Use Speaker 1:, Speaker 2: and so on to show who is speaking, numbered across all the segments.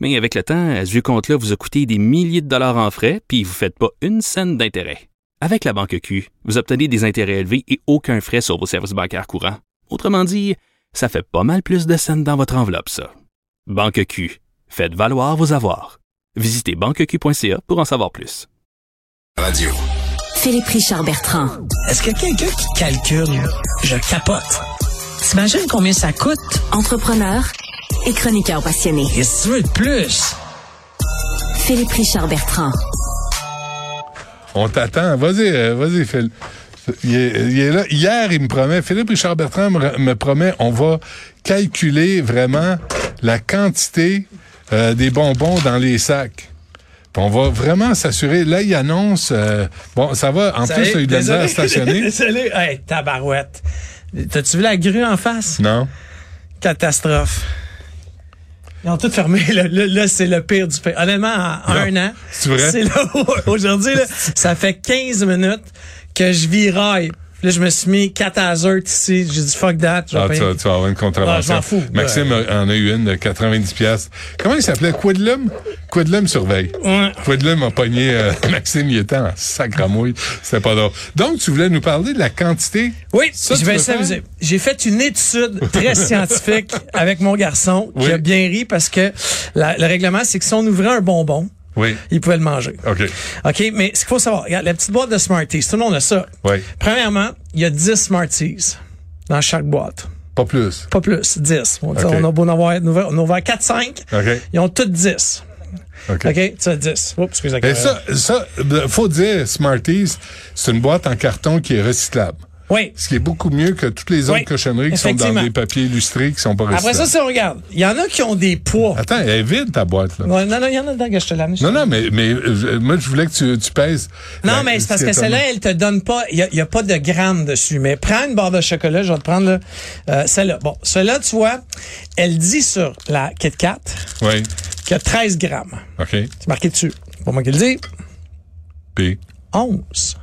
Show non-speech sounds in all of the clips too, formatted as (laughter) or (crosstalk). Speaker 1: Mais avec le temps, à ce vieux compte-là vous a coûté des milliers de dollars en frais, puis vous ne faites pas une scène d'intérêt. Avec la Banque Q, vous obtenez des intérêts élevés et aucun frais sur vos services bancaires courants. Autrement dit, ça fait pas mal plus de scènes dans votre enveloppe, ça. Banque Q. Faites valoir vos avoirs. Visitez banqueq.ca pour en savoir plus.
Speaker 2: Radio.
Speaker 3: Philippe Richard Bertrand.
Speaker 4: Est-ce que quelqu'un qui calcule, je capote. T'imagines combien ça coûte?
Speaker 3: Entrepreneur et chroniqueur passionné.
Speaker 4: Qu'est-ce que tu veux de plus?
Speaker 3: Philippe Richard Bertrand.
Speaker 5: On t'attend. Vas-y, euh, vas-y, Phil. Il est, il est là. Hier, il me promet, Philippe Richard Bertrand me, me promet, on va calculer vraiment la quantité euh, des bonbons dans les sacs. Puis on va vraiment s'assurer. Là, il annonce. euh, bon, ça va. En plus, il a eu de la misère à stationner.
Speaker 4: (laughs) Désolé. Hey, tabarouette. T'as-tu vu la grue en face?
Speaker 5: Non.
Speaker 4: Catastrophe. Ils ont tout fermé. Là, là, là, c'est le pire du pire. Honnêtement, en
Speaker 5: Non,
Speaker 4: un an,
Speaker 5: c'est vrai?
Speaker 4: là où- aujourd'hui, là, ça fait 15 minutes que je viraille. Là, je me suis mis 14 heures ici. J'ai dit fuck that. je vais
Speaker 5: Ah, tu,
Speaker 4: payer.
Speaker 5: vas- tu vas avoir une contravention.
Speaker 4: Ah, je m'en fous.
Speaker 5: Maxime en a eu une de 90 pièces. Comment il s'appelait? Quidlum? Quidlum surveille.
Speaker 4: Ouais.
Speaker 5: Quidlum a pogné euh, (laughs) Maxime, il était en sacramouille. C'était pas drôle. Donc, tu voulais nous parler de la quantité?
Speaker 4: Oui,
Speaker 5: Ça,
Speaker 4: je
Speaker 5: tu
Speaker 4: vais
Speaker 5: veux
Speaker 4: essayer de vous
Speaker 5: faire?
Speaker 4: dire. J'ai fait une étude
Speaker 5: (laughs)
Speaker 4: très scientifique avec mon garçon qui
Speaker 5: Oui.
Speaker 4: a bien ri parce que la- le règlement, c'est que si on ouvrait un bonbon,
Speaker 5: Oui.
Speaker 4: il pouvait le manger.
Speaker 5: OK.
Speaker 4: OK, mais ce qu'il faut savoir, regarde, la petite boîte de Smarties, tout le monde a ça.
Speaker 5: Oui.
Speaker 4: Premièrement, il y a 10 Smarties dans chaque boîte.
Speaker 5: Pas plus.
Speaker 4: Pas plus, 10. On, dit,
Speaker 5: OK.
Speaker 4: on a beau en avoir, on a ouvert- on a ouvert 4-5,
Speaker 5: OK.
Speaker 4: ils ont toutes 10.
Speaker 5: OK.
Speaker 4: OK, tu as 10. Oups, excusez-moi.
Speaker 5: Et ça, ça, euh, faut dire, Smarties, c'est une boîte en carton qui est recyclable.
Speaker 4: Oui.
Speaker 5: Ce qui est beaucoup mieux que toutes les autres
Speaker 4: Oui.
Speaker 5: cochonneries qui sont dans
Speaker 4: Effectivement.
Speaker 5: des papiers illustrés qui sont pas recyclables.
Speaker 4: Après ça, si on regarde, il y en a qui ont des poids.
Speaker 5: Attends, elle est vide, ta boîte, là.
Speaker 4: Ouais, Non, non, il y en a dedans que je te l'amène.
Speaker 5: Non, non, mais, mais euh, moi, je voulais que tu, tu pèses.
Speaker 4: Non,
Speaker 5: la-
Speaker 4: mais c'est parce
Speaker 5: Ben, ce qui
Speaker 4: que
Speaker 5: est
Speaker 4: celle-là, elle te donne pas, il n'y a, pas de grammes dessus. Mais prends une barre de chocolat, je vais te prendre là, euh, celle-là. Bon, celle-là, tu vois, elle dit sur la Kit Kat
Speaker 5: étonnant. Oui.
Speaker 4: qu'il y a 13 grammes.
Speaker 5: OK.
Speaker 4: C'est marqué dessus. C'est Pas moi qui le dis.
Speaker 5: Puis,
Speaker 4: 11.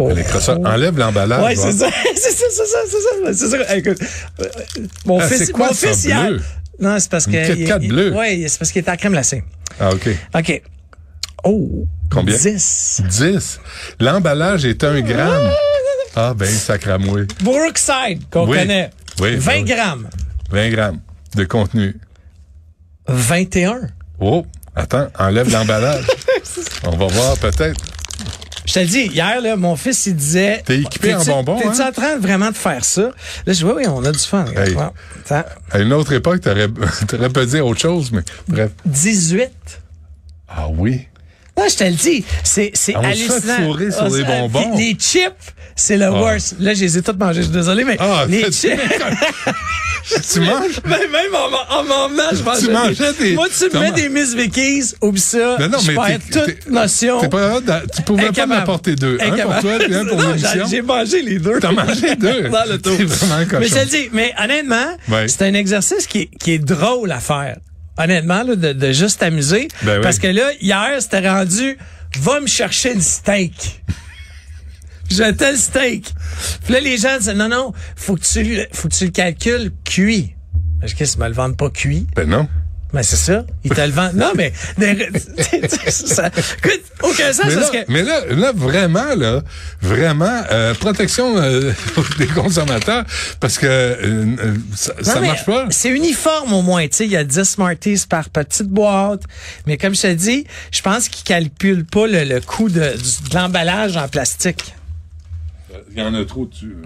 Speaker 4: Oh.
Speaker 5: elle ah, écrase ça. Enlève l'emballage.
Speaker 4: Ouais,
Speaker 5: va.
Speaker 4: c'est ça, (laughs) c'est ça, c'est ça, c'est ça, c'est ça. Hey, écoute, euh, mon
Speaker 5: Ah,
Speaker 4: fils,
Speaker 5: c'est quoi
Speaker 4: mon
Speaker 5: ça,
Speaker 4: fils
Speaker 5: bleu?
Speaker 4: hier. Non, c'est parce que.
Speaker 5: Kit Kat bleue?
Speaker 4: Oui, c'est parce qu'il est à crème glacée.
Speaker 5: Ah, OK.
Speaker 4: OK. Oh.
Speaker 5: Combien?
Speaker 4: 10.
Speaker 5: 10. L'emballage est un gramme. Ah, ben, sacramouille.
Speaker 4: Brookside, qu'on
Speaker 5: Oui.
Speaker 4: connaît.
Speaker 5: Oui, ben
Speaker 4: 20
Speaker 5: oui.
Speaker 4: grammes.
Speaker 5: 20 grammes de contenu.
Speaker 4: 21.
Speaker 5: Oh, attends, enlève
Speaker 4: (laughs)
Speaker 5: l'emballage. On va voir, peut-être.
Speaker 4: Je te le dis, hier, là, mon fils, il disait.
Speaker 5: T'es équipé en
Speaker 4: T'es-tu-
Speaker 5: bonbons,
Speaker 4: T'es-tu
Speaker 5: hein?
Speaker 4: en train vraiment de faire ça? Là, je dis, oui, oui, on a du fun. regarde.
Speaker 5: Hey.
Speaker 4: Bon, attends.
Speaker 5: À une autre époque, t'aurais, t'aurais pu dire autre chose, mais bref.
Speaker 4: 18.
Speaker 5: Ah oui.
Speaker 4: Non, je te le dis, c'est, c'est
Speaker 5: Ah, On se fait
Speaker 4: hallucinant.
Speaker 5: fourrer sur
Speaker 4: Ah,
Speaker 5: les
Speaker 4: c'est-
Speaker 5: bonbons.
Speaker 4: Les, les chips, c'est le worst. Là, je les ai toutes mangées, je suis désolé, mais
Speaker 5: Ah,
Speaker 4: les
Speaker 5: t'as- (laughs)
Speaker 4: chips. (laughs)
Speaker 5: Tu manges?
Speaker 4: même même en, en m'emmenant, je mangeais.
Speaker 5: mangeais des-
Speaker 4: Moi, tu me
Speaker 5: Comment?
Speaker 4: mets des Miss Vickies, ou ça,
Speaker 5: Non, non,
Speaker 4: je
Speaker 5: mais
Speaker 4: perds
Speaker 5: t'es-
Speaker 4: toute
Speaker 5: t'es-
Speaker 4: notion.
Speaker 5: T'es pas, d'a- tu pouvais pas
Speaker 4: Incapable.
Speaker 5: m'apporter deux. Un
Speaker 4: Incapable.
Speaker 5: pour toi, puis un pour
Speaker 4: Non,
Speaker 5: l'émission.
Speaker 4: j'ai- J'ai mangé les deux.
Speaker 5: T'as mangé deux.
Speaker 4: Dans le tour.
Speaker 5: C'est vraiment un cochon.
Speaker 4: Mais je te le dis, mais honnêtement,
Speaker 5: Ouais.
Speaker 4: c'est un exercice qui est, qui est drôle à faire. Honnêtement, là, de, de juste t'amuser.
Speaker 5: Ben oui.
Speaker 4: Parce que là, hier, c'était rendu Va me chercher une steak. J'ai tel steak. Puis là, les gens disaient Non, non, faut que tu, le- faut que tu le calcules cuit. Mais je dis, Qu'est-ce qu'ils me le vendent pas cuit?
Speaker 5: Ben non.
Speaker 4: Mais c'est ça. Ils te le vendent. Non, mais. des- ça, écoute, aucun sens
Speaker 5: Mais là,
Speaker 4: parce que.
Speaker 5: mais là, là, vraiment, là, vraiment, euh, protection euh, (laughs) des consommateurs, parce que euh, euh, ça, ça
Speaker 4: Non, mais
Speaker 5: marche pas.
Speaker 4: C'est uniforme au moins, tu sais, il y a 10 Smarties par petite boîte, mais comme je te dis, je pense qu'ils calculent pas le, le coût de, du- de l'emballage en plastique.
Speaker 5: Il y en a trop dessus.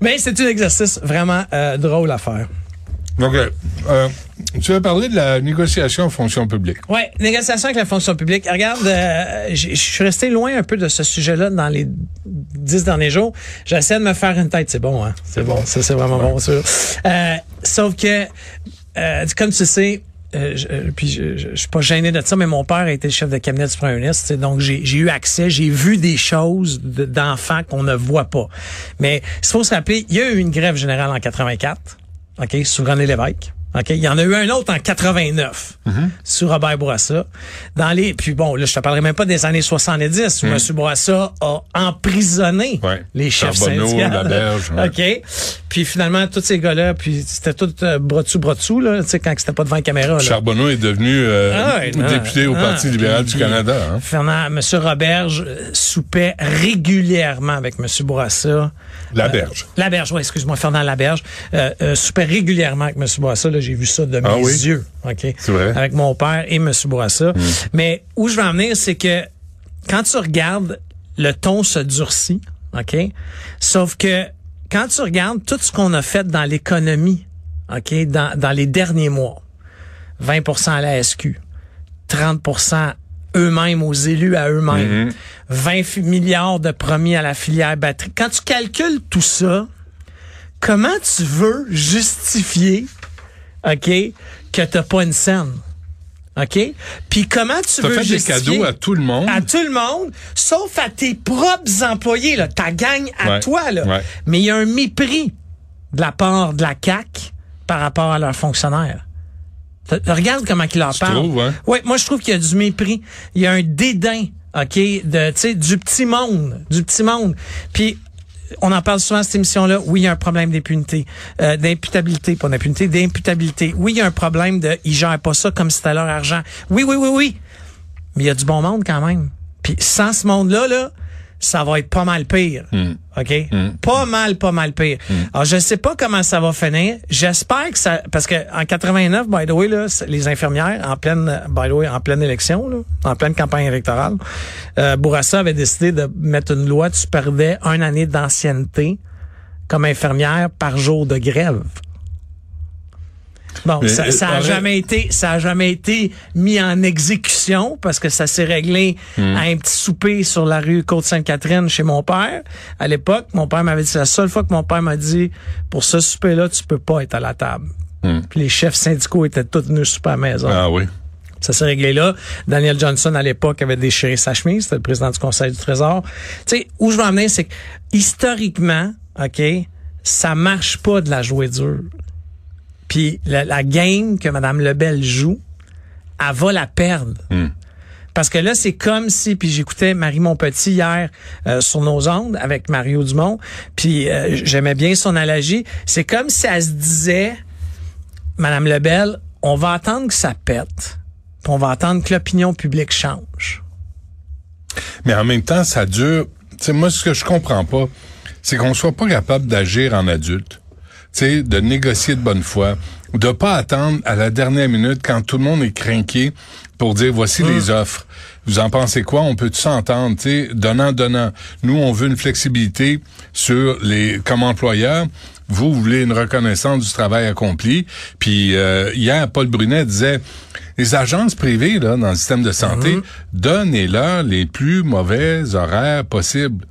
Speaker 4: Mais Ben, c'est un exercice vraiment euh, drôle à faire.
Speaker 5: Donc, euh, euh, tu veux parler de la négociation en fonction publique.
Speaker 4: Ouais, négociation avec la fonction publique. Regarde, euh, j- je suis resté loin un peu de ce sujet-là dans les dix derniers jours. J'essaie de me faire une tête. C'est bon, hein? C'est bon. Ça, c'est vraiment bon, ça. Euh, sauf que, euh, comme tu sais, euh, je- euh, puis je, je, je suis pas gêné de ça, mais mon père était chef de cabinet du premier ministre, tu sais, donc j'ai j'ai eu accès, j'ai vu des choses de- d'enfants qu'on ne voit pas. Mais il faut se rappeler, il y a eu une grève générale en 84, ok, sous René Lévesque. OK, il y en a eu un autre en 89
Speaker 5: Mhm.
Speaker 4: sous Robert Bourassa. Dans les puis bon, là je te parlerai même pas des années 70 où M. Bourassa a emprisonné
Speaker 5: Mhm. Ouais.
Speaker 4: les chefs
Speaker 5: Charbonneau,
Speaker 4: syndicats.
Speaker 5: Laberge, ouais.
Speaker 4: OK. Puis finalement, tous ces gars-là, puis c'était tout euh, bras dessous, bras dessous, là, tu sais, quand c'était pas devant la caméra. Là.
Speaker 5: Charbonneau est devenu euh,
Speaker 4: Ah ouais, non,
Speaker 5: député au
Speaker 4: non,
Speaker 5: Parti
Speaker 4: puis-
Speaker 5: libéral du
Speaker 4: puis
Speaker 5: Canada. hein.
Speaker 4: Fernand, M. Roberge euh, soupait régulièrement avec M. Bourassa.
Speaker 5: La berge.
Speaker 4: Laberge, oui, excuse-moi, Fernand Laberge, euh, euh, soupait régulièrement avec M. Bourassa. Là, j'ai vu ça de
Speaker 5: Ah
Speaker 4: mes
Speaker 5: oui?
Speaker 4: yeux. OK.
Speaker 5: C'est vrai? Hmm.
Speaker 4: Avec mon père et M. Bourassa. Mais où je veux en venir, c'est que quand tu regardes, le ton se durcit. OK? Sauf que quand tu regardes tout ce qu'on a fait dans l'économie, OK, dans, dans les derniers mois, 20 à la SQ, 30 eux-mêmes, aux élus à eux-mêmes,
Speaker 5: Mm-hmm.
Speaker 4: 20 fi- milliards de promis à la filière batterie. Quand tu calcules tout ça, comment tu veux justifier, OK, que t'as pas une scène? OK? Puis comment tu
Speaker 5: T'as
Speaker 4: veux
Speaker 5: fait des
Speaker 4: justifier...
Speaker 5: cadeaux à tout le monde.
Speaker 4: À tout le monde, sauf à tes propres employés, là, ta gang à
Speaker 5: Ouais,
Speaker 4: toi. Là.
Speaker 5: ouais.
Speaker 4: Mais il y a un mépris de la part de la CAC par rapport à leurs fonctionnaires. T- Regarde comment ils leur parlent.
Speaker 5: trouves, hein?
Speaker 4: Ouais, moi je trouve qu'il y a du mépris, il y a un dédain, OK, de tu sais du petit monde, du petit monde. Puis on en parle souvent à cette émission-là. Oui, il y a un problème d'impunité, euh, d'imputabilité, pas d'impunité, d'imputabilité. Oui, il y a un problème de ils gèrent pas ça comme si c'était leur argent. Oui, oui, oui, oui. Mais il y a du bon monde quand même. Puis sans ce monde-là, là, ça va être pas mal pire.
Speaker 5: Mm.
Speaker 4: OK? Pas mal, pas mal pire. Alors, je sais pas comment ça va finir. J'espère que ça. Parce que en 89, by the way, là, c'est- les infirmières, en pleine, by the way, en pleine élection, là, en pleine campagne électorale, euh, Bourassa avait décidé de mettre une loi, tu perdais une année d'ancienneté comme infirmière par jour de grève. Bon,
Speaker 5: Mais,
Speaker 4: ça, ça a
Speaker 5: euh,
Speaker 4: jamais été, ça a jamais été mis en exécution parce que ça s'est réglé à un petit souper sur la rue Côte-Sainte-Catherine chez mon père. À l'époque, mon père m'avait dit c'est la seule fois que mon père m'a dit pour ce souper-là, tu peux pas être à la table. Puis les chefs syndicaux étaient tous venus souper à la maison.
Speaker 5: Ah oui.
Speaker 4: Ça s'est réglé là. Daniel Johnson, à l'époque, avait déchiré sa chemise. C'était le président du Conseil du Trésor. Tu sais, où je veux en venir, c'est que, historiquement, OK, ça marche pas de la jouer dure. Puis la, la game que Mme Lebel joue, elle va la perdre. Parce que là, c'est comme si, puis j'écoutais Marie Montpetit hier euh, sur nos ondes avec Mario Dumont, puis euh, j'aimais bien son allergie. C'est comme si elle se disait, Madame Lebel, on va attendre que ça pète, puis on va attendre que l'opinion publique change.
Speaker 5: Mais en même temps, ça dure. Tu sais, moi, ce que je comprends pas, c'est qu'on soit pas capable d'agir en adulte. Tu sais, de négocier de bonne foi, ou de pas attendre à la dernière minute quand tout le monde est craqué pour dire voici les offres. Vous en pensez quoi? On peut s'entendre, tu sais, donnant, donnant. Nous, on veut une flexibilité sur les, comme employeur. Vous, vous voulez une reconnaissance du travail accompli. Puis euh, hier, Paul Brunet disait, les agences privées là, dans le système de santé,
Speaker 4: Mmh.
Speaker 5: donnez-leur les plus mauvais horaires possibles.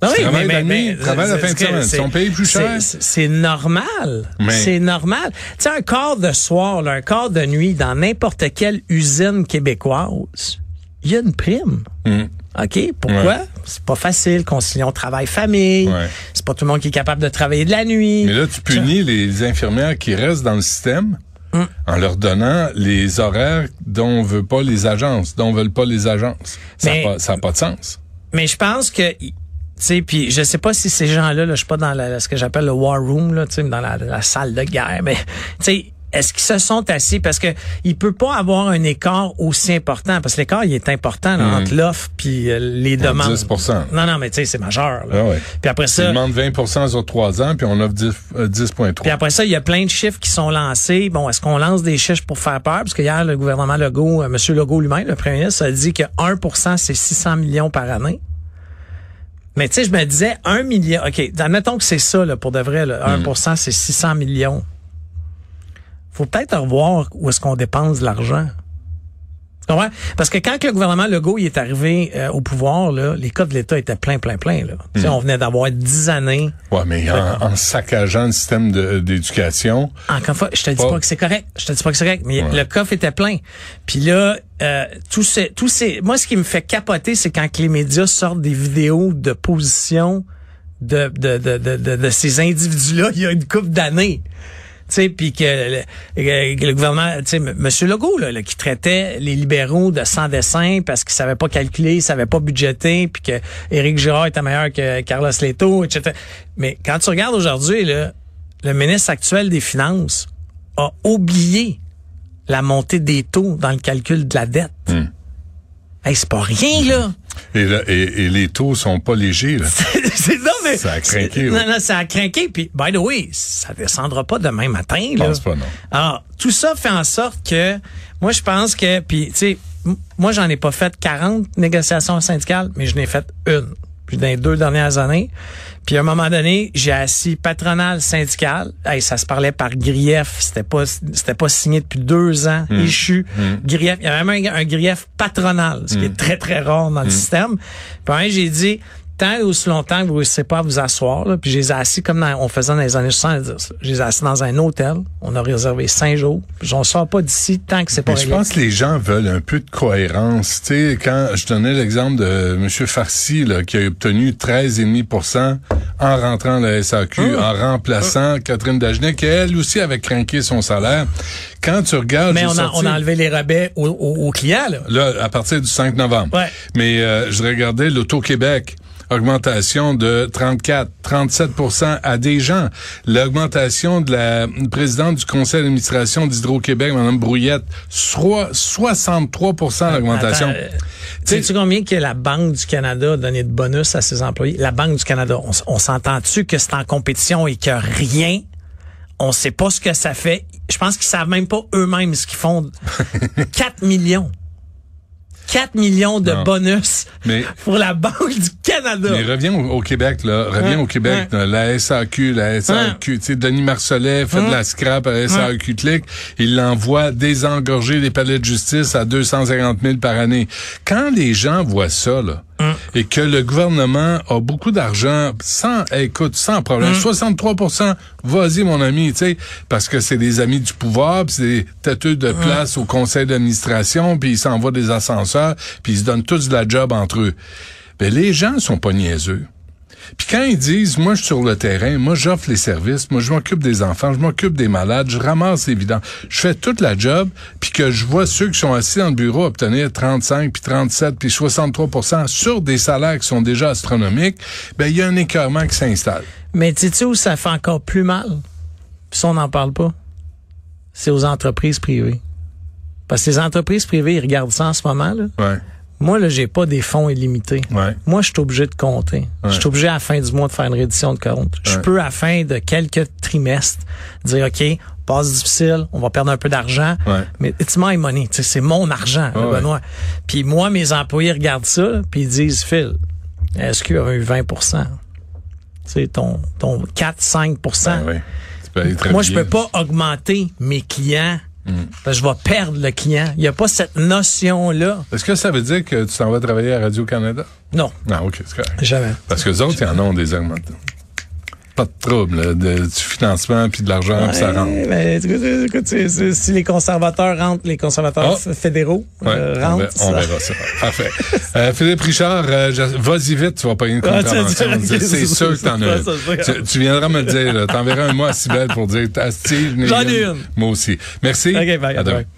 Speaker 4: Ah
Speaker 5: Tu travailles la nuit, tu travailles la
Speaker 4: c'est-
Speaker 5: fin de
Speaker 4: c'est-
Speaker 5: semaine,
Speaker 4: c'est-
Speaker 5: ils sont payés plus
Speaker 4: c'est-
Speaker 5: cher.
Speaker 4: C'est c'est normal.
Speaker 5: Mais-
Speaker 4: C'est normal. Tu sais, un quart de soir, là, un quart de nuit dans n'importe quelle usine québécoise, il y a une prime.
Speaker 5: Mmh.
Speaker 4: OK? Pourquoi?
Speaker 5: Ouais.
Speaker 4: C'est pas facile, concilions travail-famille.
Speaker 5: Ouais.
Speaker 4: C'est pas tout le monde qui est capable de travailler de la nuit.
Speaker 5: Mais là, tu punis les infirmières qui restent dans le système
Speaker 4: Mmh.
Speaker 5: en leur donnant les horaires dont veut pas les agences, dont veulent pas les agences. Ça n'a
Speaker 4: Mais-
Speaker 5: pas, ça a pas de sens.
Speaker 4: Mais je pense que tu sais puis je sais pas si ces gens-là là, je suis pas dans la- ce que j'appelle le war room là, tu sais dans la, la salle de guerre mais tu sais est-ce qu'ils se sont assis parce que il peut pas avoir un écart aussi important parce que l'écart il est important là,
Speaker 5: Mm-hmm.
Speaker 4: entre l'offre puis euh, les demandes.
Speaker 5: 10%.
Speaker 4: Non non mais tu sais c'est majeur là.
Speaker 5: Ah ouais.
Speaker 4: Puis après
Speaker 5: Ils
Speaker 4: ça
Speaker 5: demandent 20 sur trois ans, puis on offre 10, euh, 10,3.
Speaker 4: puis après ça, il y a plein de chiffres qui sont lancés. Bon, est-ce qu'on lance des chiffres pour faire peur? Parce que hier, le gouvernement Legault, euh, M. Legault lui-même, le premier ministre, a dit que 1 c'est 600 millions par année. Mais tu sais, je me disais 1 million. OK, admettons que c'est ça, là, pour de vrai. Là, 1 c'est 600 millions. faut peut-être revoir où est-ce qu'on dépense de l'argent. Ouais, parce que quand le gouvernement Legault il est arrivé euh, au pouvoir, là, les codes de l'État étaient plein, plein, plein. Là. Tu sais, On venait d'avoir dix années.
Speaker 5: Ouais, mais en, en saccageant le système de- d'éducation,
Speaker 4: Encore une fois, je te dis
Speaker 5: Pas-
Speaker 4: pas que c'est correct. Je te dis pas que c'est correct, mais
Speaker 5: Ouais.
Speaker 4: le coffre était plein. Puis là, euh, tout ce, tout ces, moi, ce qui me fait capoter, c'est quand que les médias sortent des vidéos de position de, de, de, de, de, de ces individus-là il y a une couple d'années. Tu sais, puis que le, que le gouvernement, tu sais, M. Monsieur Legault, là, là, qui traitait les libéraux de sans dessin parce qu'ils savaient pas calculer, ils savaient pas budgéter, puis que Éric Girard était meilleur que Carlos Leto, etc. Mais quand tu regardes aujourd'hui, là, le ministre actuel des Finances a oublié la montée des taux dans le calcul de la dette. Hey, c'est pas rien, là!
Speaker 5: et, là- et- et les taux sont pas légers. là.
Speaker 4: (laughs) c'est non, mais.
Speaker 5: Ça a craqué,
Speaker 4: c'est-
Speaker 5: ouais.
Speaker 4: Non, non, ça a craqué. Puis, by the way, ça descendra pas demain matin,
Speaker 5: Je
Speaker 4: là.
Speaker 5: pense pas, non.
Speaker 4: Alors, tout ça fait en sorte que, moi, je pense que, puis, tu sais, m- moi, j'en ai pas fait 40 négociations syndicales, mais je n'ai fait une. Puis, dans les deux dernières années. Puis, à un moment donné, j'ai assis patronal syndical. Hey, ça se parlait par grief. C'était pas, c'était pas signé depuis deux ans.
Speaker 5: Hmm.
Speaker 4: Échu. Grief. Il y a même un, un grief patronal,
Speaker 5: Hmm.
Speaker 4: ce qui est très, très rare dans le système. Puis, un, j'ai dit, tant et aussi longtemps que vous ne réussissez pas à vous asseoir, là, puis je les ai assis comme dans- on faisait dans les années 70. là. Je les ai assis dans un hôtel. On a réservé cinq jours. Puis on sort pas d'ici tant que c'est pas
Speaker 5: Mais je
Speaker 4: réglé.
Speaker 5: pense que les gens veulent un peu de cohérence. Tu sais, quand je donnais l'exemple de M. Farsi, là, qui a obtenu 13,5 en rentrant la SAQ,
Speaker 4: Ah.
Speaker 5: en remplaçant Catherine Dagenet, qui elle aussi avait craqué son salaire. Quand tu regardes...
Speaker 4: Mais
Speaker 5: j'ai
Speaker 4: on a,
Speaker 5: sorti-
Speaker 4: on a enlevé les rabais aux, aux- aux clients. Là.
Speaker 5: Là, à partir du 5 novembre.
Speaker 4: Ouais.
Speaker 5: Mais euh, je regardais l'Auto-Québec. Augmentation de 34, 37 à des gens. L'augmentation de la présidente du conseil d'administration d'Hydro-Québec, Mme Brouillette, soit 63 d'augmentation.
Speaker 4: Attends, euh, Sais-tu combien que la Banque du Canada a donné de bonus à ses employés? La Banque du Canada, on, s- on s'entend-tu que c'est en compétition et que rien, on sait pas ce que ça fait. Je pense qu'ils savent même pas eux-mêmes ce
Speaker 5: (laughs)
Speaker 4: qu'ils font. 4 millions. 4 millions de
Speaker 5: Non.
Speaker 4: bonus
Speaker 5: Mais-
Speaker 4: pour la Banque du Canada.
Speaker 5: Mais reviens au, au Québec, là. Reviens
Speaker 4: Hein,
Speaker 5: au Québec.
Speaker 4: hein.
Speaker 5: là. euh, La SAQ, la SAQ. Tu sais, Denis Marcelet fait de la scrap à la SAQ Click. Il l'envoie désengorger les palais de justice à 250 000 par année. Quand les gens voient ça, là, et que le gouvernement a beaucoup d'argent, sans, eh, écoute, sans problème, 63 vas-y, mon ami, tu sais, parce que c'est des amis du pouvoir, puis c'est des têteux de place au conseil d'administration, puis ils s'envoient des ascenseurs, puis ils se donnent tous de la job entre eux. Ben, les gens sont pas niaiseux. Puis quand ils disent, moi, je suis sur le terrain, moi, j'offre les services, moi, je m'occupe des enfants, je m'occupe des malades, je ramasse les vidanges, je fais toute la job, puis que je vois ceux qui sont assis dans le bureau obtenir 35, puis 37, puis 63 sur des salaires qui sont déjà astronomiques, ben il y a un écœurement qui s'installe.
Speaker 4: Mais tu sais où ça fait encore plus mal? Puis ça, on n'en parle pas. C'est aux entreprises privées. Parce que les entreprises privées, ils regardent ça en ce moment, là.
Speaker 5: Ouais.
Speaker 4: Moi, là, j'ai pas des fonds illimités.
Speaker 5: Ouais.
Speaker 4: Moi, je suis obligé de compter. Je suis obligé à la fin du mois de faire une reddition de compte. Je
Speaker 5: Ouais.
Speaker 4: peux, à la fin de quelques trimestres, dire, OK, passe difficile, on va perdre un peu d'argent,
Speaker 5: Ouais.
Speaker 4: mais it's my money, tu sais, c'est mon argent, là,
Speaker 5: Ouais, ouais.
Speaker 4: Benoît. Puis moi, mes employés regardent ça, puis ils disent, Phil, est-ce qu'il y a eu 20 Tu sais, ton, ton 4-5
Speaker 5: Ben oui. Tu peux aller très
Speaker 4: moi, je
Speaker 5: bien. Hmm.
Speaker 4: peux pas augmenter mes clients. Parce que je vais perdre le client. Il n'y a pas cette notion-là.
Speaker 5: Est-ce que ça veut dire que tu t'en vas travailler à Radio-Canada?
Speaker 4: Non,
Speaker 5: Non, OK, c'est correct.
Speaker 4: jamais.
Speaker 5: Parce que les autres, ils en ont des augmentations. Pas de trouble, là, de, du financement, puis de l'argent, puis ça rentre.
Speaker 4: Ouais, mais écoute, écoute, c'est- c'est- si les conservateurs rentrent, les conservateurs
Speaker 5: Ah.
Speaker 4: f- fédéraux
Speaker 5: Ouais,
Speaker 4: euh,
Speaker 5: on,
Speaker 4: rentrent.
Speaker 5: ver- on
Speaker 4: ça-
Speaker 5: verra ça. Parfait. Euh, Philippe Richard, euh, je- vas-y vite, tu vas pas une
Speaker 4: Ah, tu vas
Speaker 5: contravention.
Speaker 4: dire, ok,
Speaker 5: c'est
Speaker 4: ça,
Speaker 5: sûr que t'en
Speaker 4: ça,
Speaker 5: as
Speaker 4: ça,
Speaker 5: une.
Speaker 4: ça.
Speaker 5: Tu, tu viendras me le dire. là. T'enverras un mot à Sibelle pour dire, Asti,
Speaker 4: J'en ai une.
Speaker 5: Moi aussi. Merci.
Speaker 4: Ok, bye,
Speaker 5: À
Speaker 4: à
Speaker 5: demain.
Speaker 4: demain.